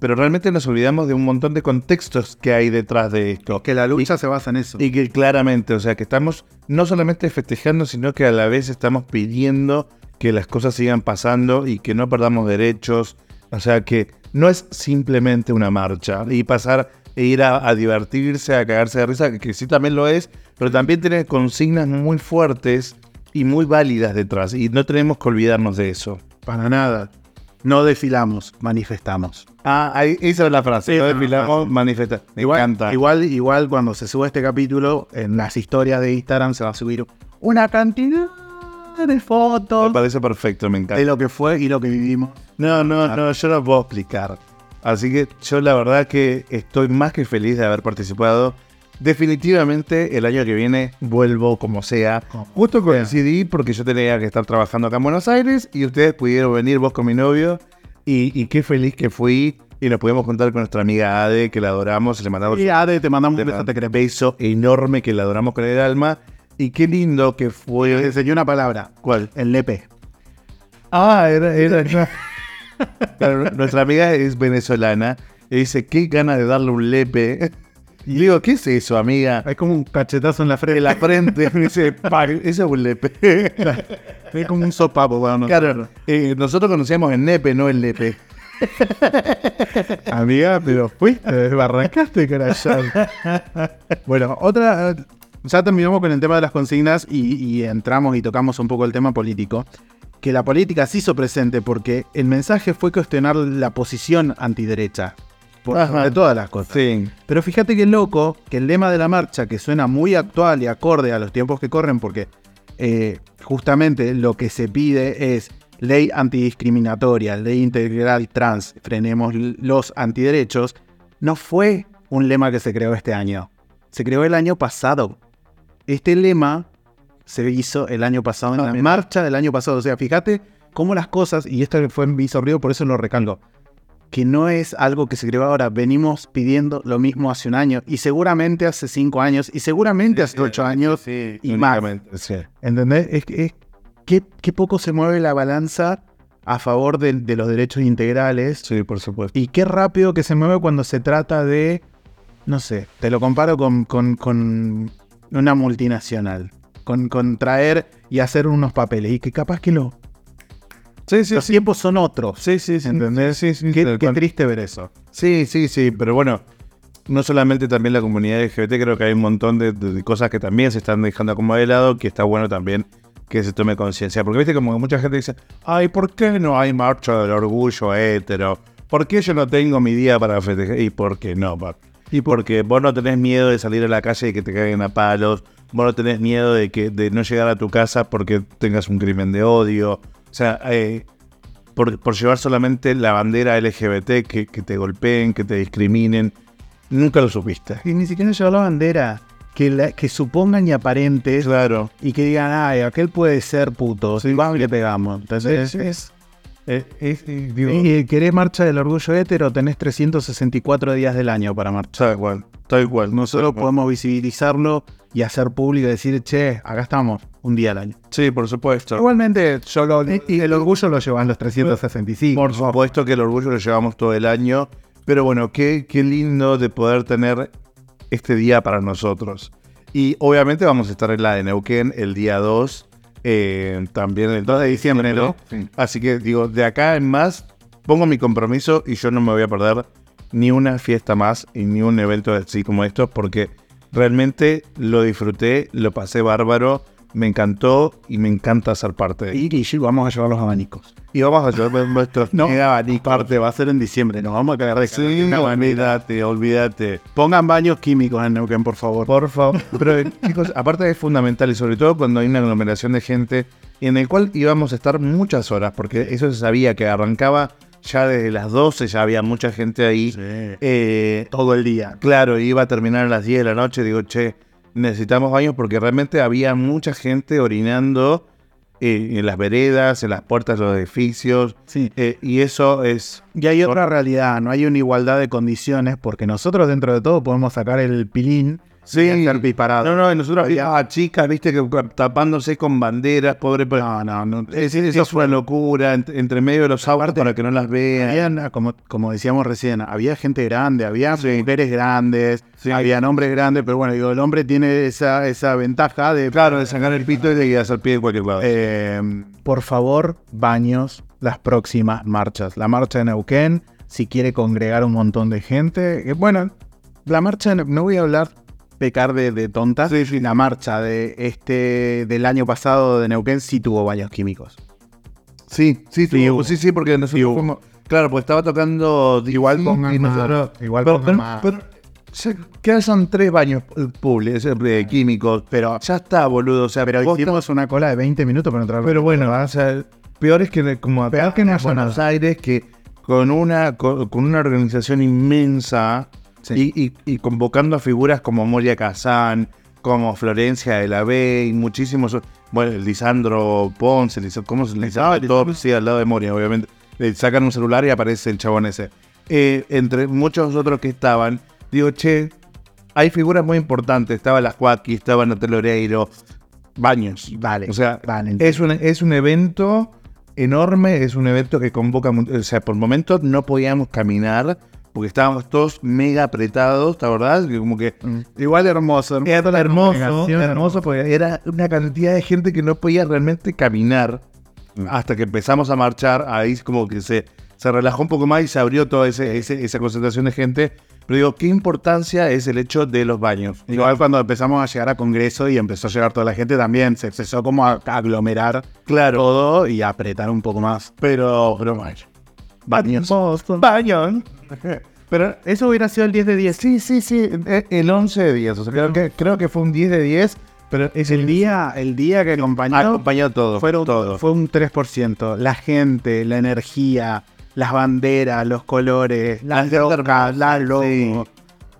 H: Pero realmente nos olvidamos de un montón de contextos que hay detrás de esto.
I: que la lucha se basa en eso.
H: Y que claramente, o sea, que estamos no solamente festejando, sino que a la vez estamos pidiendo que las cosas sigan pasando y que no perdamos derechos. O sea, que no es simplemente una marcha y pasar e ir a, a divertirse, a cagarse de risa, que, que sí también lo es, pero también tiene consignas muy fuertes y muy válidas detrás. Y no tenemos que olvidarnos de eso.
I: Para nada. No desfilamos, manifestamos.
H: Ah, ahí, esa es la frase.
I: Esa
H: no
I: es la
H: desfilamos, manifesta. Me
I: igual,
H: encanta.
I: Igual, igual cuando se suba este capítulo, en las historias de Instagram se va a subir una cantidad de
H: Me
I: fotos
H: parece perfecto, me encanta.
I: de lo que fue y lo que vivimos. Ah.
H: No, no, no, yo no puedo explicar. Así que yo la verdad que estoy más que feliz de haber participado. Definitivamente el año que viene vuelvo como sea.
I: Como
H: Justo coincidí porque yo tenía que estar trabajando acá en Buenos Aires y ustedes pudieron venir vos con mi novio y, y qué feliz que fui y nos pudimos contar con nuestra amiga Ade que la adoramos, le mandamos
I: Y Ade, te mandamos un beso, te
H: un
I: queremos.
H: beso enorme que la adoramos con el alma y qué lindo que
I: Te
H: fue.
I: enseñé una palabra.
H: ¿Cuál?
I: El nepe.
H: Ah, era, era- era- Claro, Nuestra amiga es venezolana y dice, qué ganas de darle un lepe. Y le digo, ¿qué es eso, amiga?
I: Es como un cachetazo en la frente.
H: En la frente. [LAUGHS] Me dice, "Pa, eso es un lepe.
I: Es como un sopapo. Bueno,
H: Claro, eh, nosotros conocíamos el nepe, no el lepe.
I: [LAUGHS] Amiga, pero fuiste, desbarrancaste, carayán. bueno, otra. eh, Ya terminamos con el tema de las consignas y, y entramos y tocamos un poco el tema político. que la política se hizo presente porque el mensaje fue cuestionar la posición antiderecha. Por
H: Ajá.
I: sobre todas las cosas.
H: Sí.
I: Pero fíjate que loco que el lema de la marcha, que suena muy actual y acorde a los tiempos que corren, porque eh, justamente lo que se pide es ley antidiscriminatoria, ley integral trans, frenemos l- los antiderechos, no fue un lema que se creó este año. Se creó el año pasado. Este lema se hizo el año pasado, en la marcha del año pasado. O sea, fíjate cómo las cosas, y esto fue en hizo ruido, por eso lo recalco que no es algo que se creó ahora. Venimos pidiendo lo mismo hace un año y seguramente hace cinco años y seguramente hace ocho años y más. ¿Entendés? Es, que- es que qué poco se mueve la balanza a favor de, de los derechos integrales
H: Sí, por supuesto.
I: y qué rápido que se mueve cuando se trata de, no sé, te lo comparo con, con- con una multinacional. Con, con traer y hacer unos papeles y que capaz que lo-
H: Sí, sí,
I: los
H: sí.
I: tiempos son otros.
H: Sí, sí, sí.
I: ¿Entendés?
H: Sí, sí,
I: Qué-
H: tal
I: qué
H: cual.
I: triste ver eso.
H: Sí, sí, sí, pero bueno, no solamente también la comunidad LGBT, creo que hay un montón de, de cosas que también se están dejando como de lado, que está bueno también que se tome conciencia. Porque viste como que mucha gente dice, ay, ¿por qué no hay marcha del orgullo hétero? ¿Por qué yo no tengo mi día para festejar? ¿Y por qué no, pa? Y porque vos no tenés miedo de salir a la calle y que te caguen a palos, vos no tenés miedo de, que, de no llegar a tu casa porque tengas un crimen de odio. O sea, eh, por, por llevar solamente la bandera LGBT, que, que te golpeen, que te discriminen. Nunca lo supiste.
I: Y ni siquiera llevar la bandera. Que, la- que supongan y aparentes
H: Claro.
I: y que digan, ay, aquel puede ser puto. Sí, vamos y le pegamos. Entonces,
H: Sí, sí.
I: es-
H: Eh, es- eh, digo,
I: y querés marcha del orgullo hétero, tenés 364 días del año para marchar.
H: tal cual, tal cual.
I: Nosotros
H: Nosotros podemos.
I: podemos visibilizarlo y hacer público y decir, che, acá estamos, un día al año.
H: Sí, por supuesto.
I: Igualmente, yo lo- y el orgullo lo llevan los 365.
H: Por supuesto que el orgullo lo llevamos todo el año. Pero bueno, qué, qué lindo de poder tener este día para nosotros. Y obviamente vamos a estar en la de Neuquén el día 2, eh, también el 2 de diciembre, ¿no? Así que digo, de acá en más, pongo mi compromiso y yo no me voy a perder ni una fiesta más y ni un evento así como estos, porque realmente lo disfruté, lo pasé bárbaro, me encantó y me encanta ser parte. de-
I: Y, y vamos a llevar los abanicos.
H: y vamos a llevar [LAUGHS] nuestros
I: No,
H: abanicos.
I: aparte, va a ser en diciembre, nos vamos a cagar de calor.
H: Sí,
I: Una bandera.
H: olvídate, olvídate.
I: Pongan baños químicos en Neuquén, por favor.
H: Por favor. Pero, [LAUGHS] chicos, aparte es fundamental y sobre todo cuando hay una aglomeración de gente y en el cual íbamos a estar muchas horas, porque eso se sabía que arrancaba ya desde las 12, ya había mucha gente ahí. Eh,
I: Todo el día.
H: claro, iba a terminar a las 10 de la noche. Digo, che, necesitamos baños porque realmente había mucha gente orinando eh, en las veredas, en las puertas de los edificios.
I: Sí.
H: Eh, y eso es.
I: Y hay otra realidad, no hay una igualdad de condiciones, porque nosotros dentro de todo podemos sacar el pilín y hacer
H: No,
I: piparado.
H: no, y nosotros, ah, chicas, viste, que tapándose con banderas, pobre. pero-
I: no, no. no.
H: Es decir, eso fue una locura, ent- entre, medio de los autos para que no las vean.
I: Había, ah, como, como decíamos recién, había gente grande, había
H: Sí.
I: mujeres grandes,
H: Sí.
I: habían hombres grandes, pero bueno, digo, el hombre tiene esa, esa ventaja de,
H: Claro, de sacar el pito y de hacer pie de cualquier lado.
I: eh, por favor, baños las próximas marchas. La marcha de Neuquén, si quiere congregar un montón de gente, eh, bueno, la marcha, de Neu- no voy a hablar pecar de, de tonta, la marcha de este del año pasado de Neuquén sí tuvo baños químicos.
H: sí, sí, sí,
I: hubo.
H: sí, sí, porque nosotros
I: Sí, hubo.
H: fuimos. Claro, pues estaba tocando.
I: Igual
H: Sí,
I: pongan
H: y
I: más,
H: nosotros-
I: igual
H: pero,
I: pongan
H: pero-
I: más.
H: pero ya quedan tres baños eh, públicos, eh, químicos, pero ya está, boludo. O sea,
I: Pero
H: posta-
I: hicimos una cola de 20 minutos para entrar.
H: Pero bueno, o sea, peor es que como acá
I: Peor que no
H: en
I: haya
H: Buenos
I: nada.
H: Aires, que con una, con, con una organización inmensa
I: Sí.
H: y, y- y convocando a figuras como Moria Kazán, como Florencia de la B y muchísimos. o- Bueno, Lisandro Ponce, Lisa- ¿cómo se Lisandro? Todo, sí, al lado de Moria, obviamente. Le sacan un celular y aparece el chabón ese. Eh, entre muchos otros que estaban, digo, che, hay figuras muy importantes. Estaba Las Cuatqui, estaba Natal Oreiro, baños.
I: Vale,
H: O sea,
I: vale.
H: es un, es un evento enorme, es un evento que convoca. mu- O sea, por momentos no podíamos caminar porque estábamos todos mega apretados, ¿la verdad? Que Como que.
I: igual hermoso.
H: Era Mm. hermoso,
I: congregación,
H: hermoso, porque era una cantidad de gente que no podía realmente caminar hasta que empezamos a marchar. Ahí como que se, se relajó un poco más y se abrió toda ese, ese- esa concentración de gente. Pero digo, ¿qué importancia es el hecho de los baños?
I: Igual cuando empezamos a llegar a Congreso y empezó a llegar toda la gente también, se empezó como a aglomerar
H: Claro.
I: todo y a apretar un poco más.
H: Pero, pero baños. Baños.
I: Boston.
H: Baños. Pero eso hubiera sido el 10 de 10. Sí, sí, sí. eh, El 11 de 10. O sea, creo que, creo que fue un 10 de 10. Pero es
I: El día, el día que acompañó,
H: acompañó todo.
I: fueron,
H: todo.
I: fue un 3%. La gente, la energía, las banderas, los colores, la
H: Las drogas,
I: loca, la logo.
H: sí.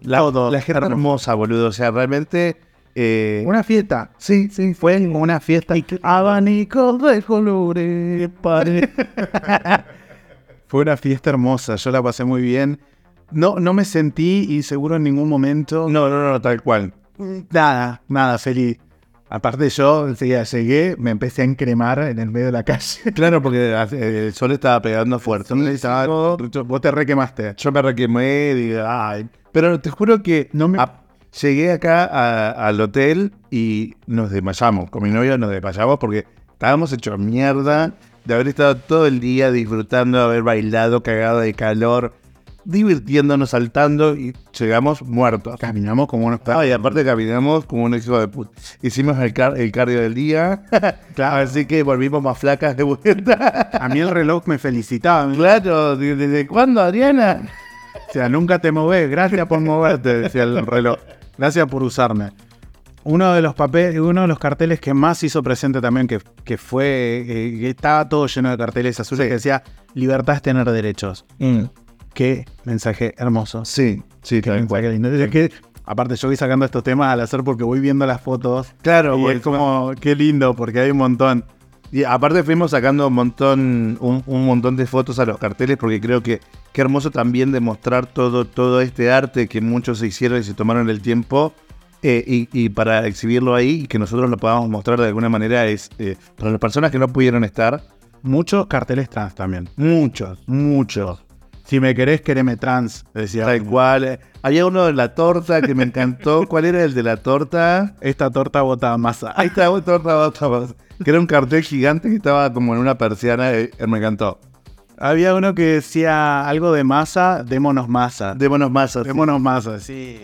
H: la, la gente
I: hermoso.
H: hermosa, boludo. O sea, realmente. eh,
I: Una fiesta.
H: Sí, sí.
I: Fue una fiesta. Abanicos de colores. padre. Fue una fiesta hermosa. Yo la pasé muy bien. No, no me sentí inseguro en ningún momento.
H: No, no, no, tal cual.
I: Nada, nada, feliz. Aparte yo enseguida llegué, me empecé a encremar en el medio de la calle. [LAUGHS]
H: Claro, porque eh, el sol estaba pegando fuerte.
I: Entonces, estaba- vos te requemaste.
H: Yo me requemé, dije, ay. Pero te juro que
I: No me-
H: a- llegué acá a- al hotel y nos desmayamos. Con mi novio nos desmayamos porque estábamos hechos mierda de haber estado todo el día disfrutando, haber bailado, cagado de calor, divirtiéndonos, saltando y llegamos muertos.
I: Caminamos como unos perros.
H: Ah, y aparte caminamos como un hijo de puta. Hicimos el, car- el cardio del
I: [LAUGHS]
H: día. Así que volvimos más flacas de vuelta.
I: A mí el reloj me felicitaba.
H: claro, ¿de- ¿desde cuándo, Adriana?
I: O sea, nunca te moves, gracias por moverte, decía el reloj. Gracias por usarme. Uno de los papeles, uno de los carteles que más hizo presente también, que, que fue, eh, que estaba todo lleno de carteles azules, que decía, libertad es tener derechos. Qué mensaje hermoso.
H: Sí, sí,
I: Qué mensaje lindo. Es que, aparte, yo voy sacando estos temas al hacer porque voy viendo las fotos.
H: Claro,
I: y
H: porque
I: es como, qué lindo, porque hay un montón.
H: Y aparte fuimos sacando un montón, un, un montón de fotos a los carteles porque creo que qué hermoso también demostrar todo, todo este arte que muchos se hicieron y se tomaron el tiempo eh, y, y para exhibirlo ahí y que nosotros lo podamos mostrar de alguna manera es eh, para las personas que no pudieron estar,
I: Muchos carteles trans también.
H: muchos, muchos.
I: Si me querés, quereme trans, decía.
H: Tal cual. eh, Había uno de la torta que
I: [LAUGHS]
H: me encantó. ¿Cuál era el de la torta?
I: Esta torta botaba
H: [LAUGHS]
I: masa.
H: Ahí está, otra, otra, otra, otra. Que era un cartel gigante que estaba como en una persiana. eh, me encantó.
I: Había uno que decía algo de masa, démonos masa.
H: Démonos más así.
I: démonos masa, sí.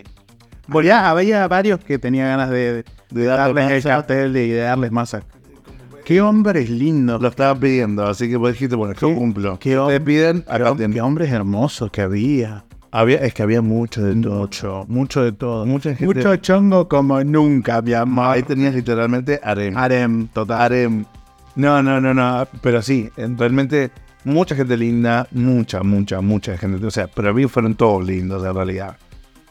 I: Bueno, ya había varios que tenía ganas de, de
H: De darle
I: darles el
H: masa.
I: cartel y de darles masa. Qué hombres lindos.
H: Lo estaban pidiendo, así que vos dijiste, bueno, yo
I: ¿Qué?
H: cumplo.
I: ¿Qué
H: Te
I: hom-
H: piden, acá
I: Qué,
H: tenés.
I: hombres hermosos que había.
H: Había, es que había mucho de todo.
I: Mucho, mucho de todo.
H: Mucha gente-
I: Mucho chongo como nunca, mi amor.
H: Ahí tenías literalmente harem.
I: Harem, total.
H: Harem. No, no, no, no. Pero sí, en- realmente mucha gente linda, mucha, mucha, mucha gente. O sea, pero a mí fueron todos lindos en realidad.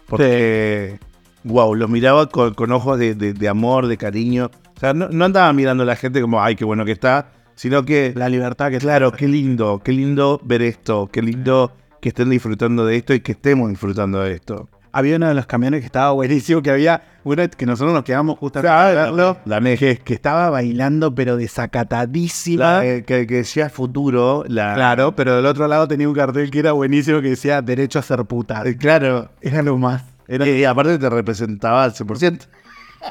H: Porque, wow, los miraba con, con ojos de, de- de amor, de cariño. O sea, no, no andaba mirando a la gente como, ay, qué bueno que está, sino que
I: La libertad que
H: Claro, qué lindo, qué lindo ver esto, qué lindo que estén disfrutando de esto y que estemos disfrutando de esto.
I: Había uno de los camiones que estaba buenísimo, que había uno que nosotros nos quedamos justamente a verlo,
H: La NEG.
I: que, que estaba bailando pero desacatadísima.
H: La, eh, que, que sea futuro, la...
I: Claro, pero del otro lado tenía un cartel que era buenísimo que decía derecho a ser puta.
H: Eh, claro.
I: Era lo más. Era-
H: Y aparte te representaba al 100%.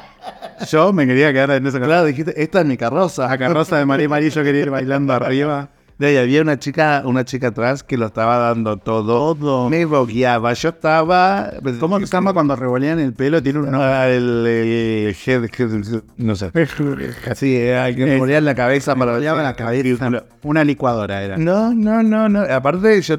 H: [LAUGHS]
I: Yo me quería quedar en esa
H: Claro, dijiste, esta es mi carroza.
I: La carroza de María María, yo quería ir
H: [LAUGHS]
I: bailando arriba.
H: De ahí había una chica, una chica atrás que lo estaba dando todo.
I: Todo.
H: Me bogueaba, yo estaba... pues,
I: ¿Cómo que se llama cuando revolean el pelo? Tiene un
H: Ah, el, eh, head- head- no [LAUGHS] sé. Así, eh, alguien me moría en la cabeza para
I: revoleaba la cabeza. Una licuadora era.
H: No, no, no, no. Aparte, yo.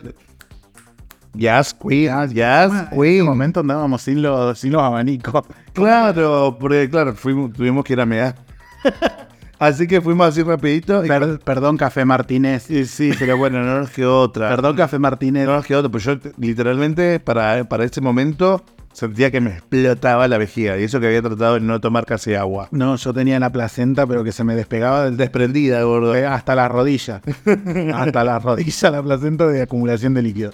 H: Yes,
I: ah,
H: Queen. Yes,
I: En un
H: Queen.
I: momento andábamos sin los, sin los [LAUGHS] abanicos.
H: Claro, porque claro, fuimos, tuvimos que ir a mear. [LAUGHS] así que fuimos así rapidito. y-
I: Per- perdón, Café Martínez.
H: y sí, pero bueno, no nos quedó otra.
I: Perdón, Café Martínez.
H: No nos quedó otra. Pues yo literalmente para, para ese momento sentía que me explotaba la vejiga. Y eso que había tratado de no tomar casi agua.
I: No, yo tenía la placenta, pero que se me despegaba del
H: Desprendida, gordo.
I: Eh, hasta la
H: [LAUGHS]
I: rodilla. Hasta la rodilla la placenta de acumulación de líquido.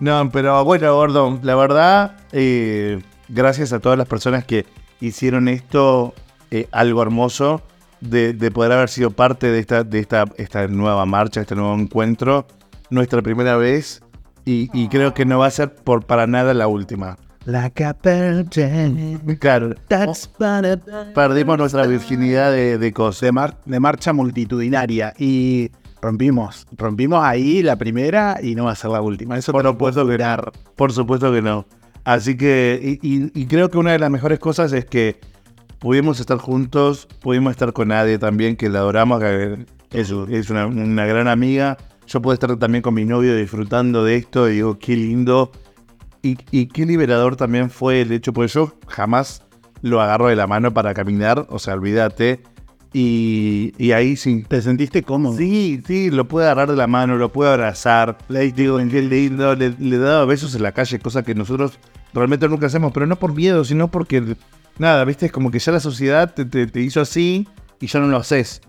H: No, pero bueno, Gordon, la verdad, eh, gracias a todas las personas que hicieron esto eh, algo hermoso, de, de poder haber sido parte de, esta, de esta, esta nueva marcha, este nuevo encuentro, nuestra primera vez, y, y creo que no va a ser por para nada la última.
I: Like a virgin.
H: Claro,
I: That's what a-
H: perdimos nuestra virginidad de, de cosas.
I: de, mar- de marcha multitudinaria. Y Rompimos. Rompimos ahí la primera y no va a ser la última. Eso
H: Por
I: te lo puedo
H: supuesto que no. Por supuesto que no. Así que, y, y- y creo que una de las mejores cosas es que pudimos estar juntos, pudimos estar con Ade también, que la adoramos, que es, es una, una gran amiga. Yo puedo estar también con mi novio disfrutando de esto y digo, qué lindo. Y, y qué liberador también fue el hecho, porque yo jamás lo agarro de la mano para caminar, o sea, olvídate. Y, y ahí sí,
I: ¿Te sentiste cómodo?
H: Sí, sí, lo puede agarrar de la mano, lo puede abrazar. Le digo, qué lindo, le, le daba besos en la calle, cosa que nosotros realmente nunca hacemos, pero no por miedo, sino porque, nada, viste, es como que ya la sociedad te, te- te hizo así y ya no lo haces.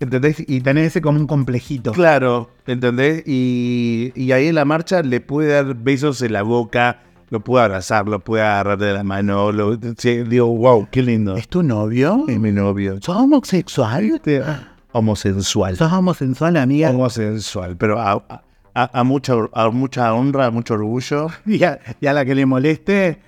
H: ¿Entendés? Y
I: Y tenés ese como un complejito.
H: claro, ¿entendés? Y, y ahí en la marcha le puede dar besos en la boca, lo puede abrazar, lo puede agarrar de la mano. Lo, sí, digo, wow, qué lindo.
I: ¿Es tu novio?
H: Es mi novio. Este,
I: ¿Sos homosexual?
H: Homosensual.
I: ¿Sos homosexual, amiga?
H: Homosexual, pero a, a- a, a mucha, a mucha honra, a mucho orgullo.
I: [LAUGHS] Y a, y a la que le moleste,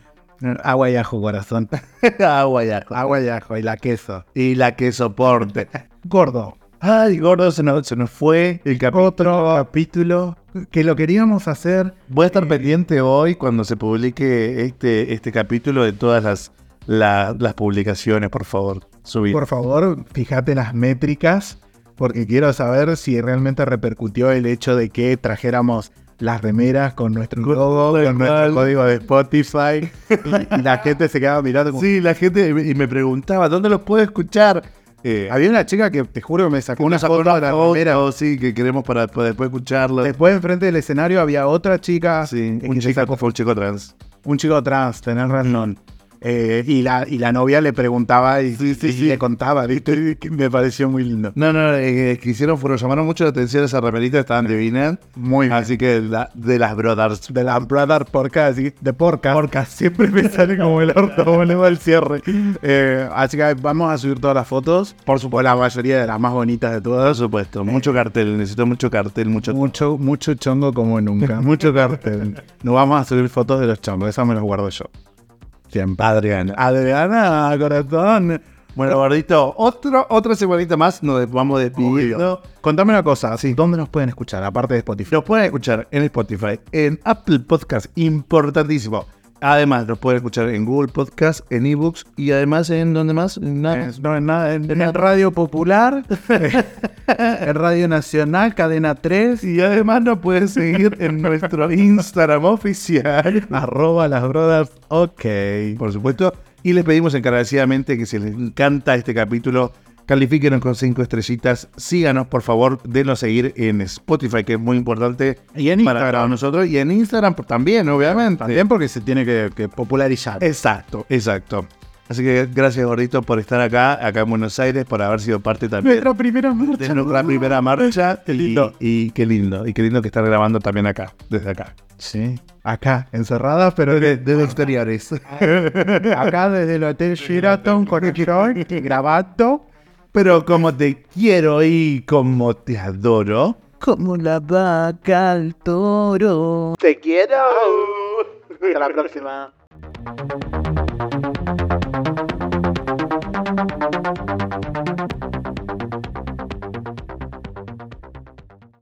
I: agua y ajo, corazón.
H: [LAUGHS] Agua y ajo.
I: agua y ajo y la queso.
H: Y la que soporte.
I: Gordo.
H: Ay, gordo, se nos, se nos fue el capítulo.
I: Otro capítulo que lo queríamos hacer.
H: Voy a estar pendiente hoy cuando se publique este, este capítulo de todas las, la- las publicaciones, por favor. Subir.
I: Por favor, fíjate las métricas, porque quiero saber si realmente repercutió el hecho de que trajéramos las remeras con nuestro logo, con nuestro código de Spotify. y la gente se quedaba mirando como...
H: Sí, la gente y me- y me preguntaba, ¿dónde los puedo escuchar? Eh,
I: Había una chica que, te juro, me sacó una foto de la remera.
H: remera, o sí, que queremos para, para después escucharlo.
I: Después, enfrente del escenario, había otra chica.
H: Sí,
I: eh,
H: un
I: que se
H: chico, fue un chico trans. Mm.
I: un chico trans, tenés razón. Eh, y, la, y la novia le preguntaba y,
H: Sí, sí,
I: y
H: sí.
I: le contaba, ¿viste? Y Me pareció muy lindo.
H: No, no, eh, que hicieron fueron, llamaron mucho la atención esas remeritas, estaban divinas.
I: Muy bien.
H: Así que la- de las brothers.
I: De la Brother Porca, así, de Porca. Porca, siempre me sale como el
H: [LAUGHS]
I: orto, boludo, el cierre. Eh, así que vamos a subir todas las fotos. Por supuesto, la mayoría de las más bonitas de
H: Por
I: todas. Eh.
H: supuesto, mucho cartel, necesito mucho cartel, mucho...
I: Mucho, mucho chongo como
H: [LAUGHS]
I: nunca. Mucho cartel. No vamos a subir fotos de los chongos, esas me las guardo yo. Siempre.
H: Adriana.
I: Adriana, corazón.
H: Bueno, gordito, otro, otra semanita más, nos vamos despidiendo.
I: Contame una cosa, sí. ¿dónde nos pueden escuchar? Aparte de Spotify.
H: Nos pueden escuchar en Spotify, en Apple Podcast, importantísimo. Además, nos pueden escuchar en Google Podcast, en eBooks y además en donde más, en nada.
I: No, en, nada, en, en Radio [LAUGHS] Popular, en Radio Nacional, Cadena 3,
H: Y además nos pueden seguir en nuestro Instagram oficial.
I: [LAUGHS] arroba las brothers, ok.
H: por supuesto. Y les pedimos encarecidamente que si les encanta este capítulo, califíquenos con cinco estrellitas. Síganos, por favor, denos seguir en Spotify, que es muy importante
I: Y en
H: para
I: Instagram.
H: todos nosotros. Y en Instagram pues, también, obviamente.
I: También porque se tiene que, que popularizar.
H: Exacto, exacto. Así que gracias, gordito, por estar acá, acá en Buenos Aires, por haber sido parte también
I: nuestra primera marcha.
H: de nuestra
I: [LAUGHS]
H: primera marcha. Qué
I: lindo.
H: Y, y qué lindo. Y qué lindo que estar grabando también acá, desde acá.
I: Sí, acá, encerradas, pero
H: Desde exteriores.
I: [LAUGHS] acá desde el Hotel Sheraton con el Joy, grabando.
H: Pero como te quiero y como te adoro.
D: Como la vaca al toro.
I: Te quiero. Hasta la próxima.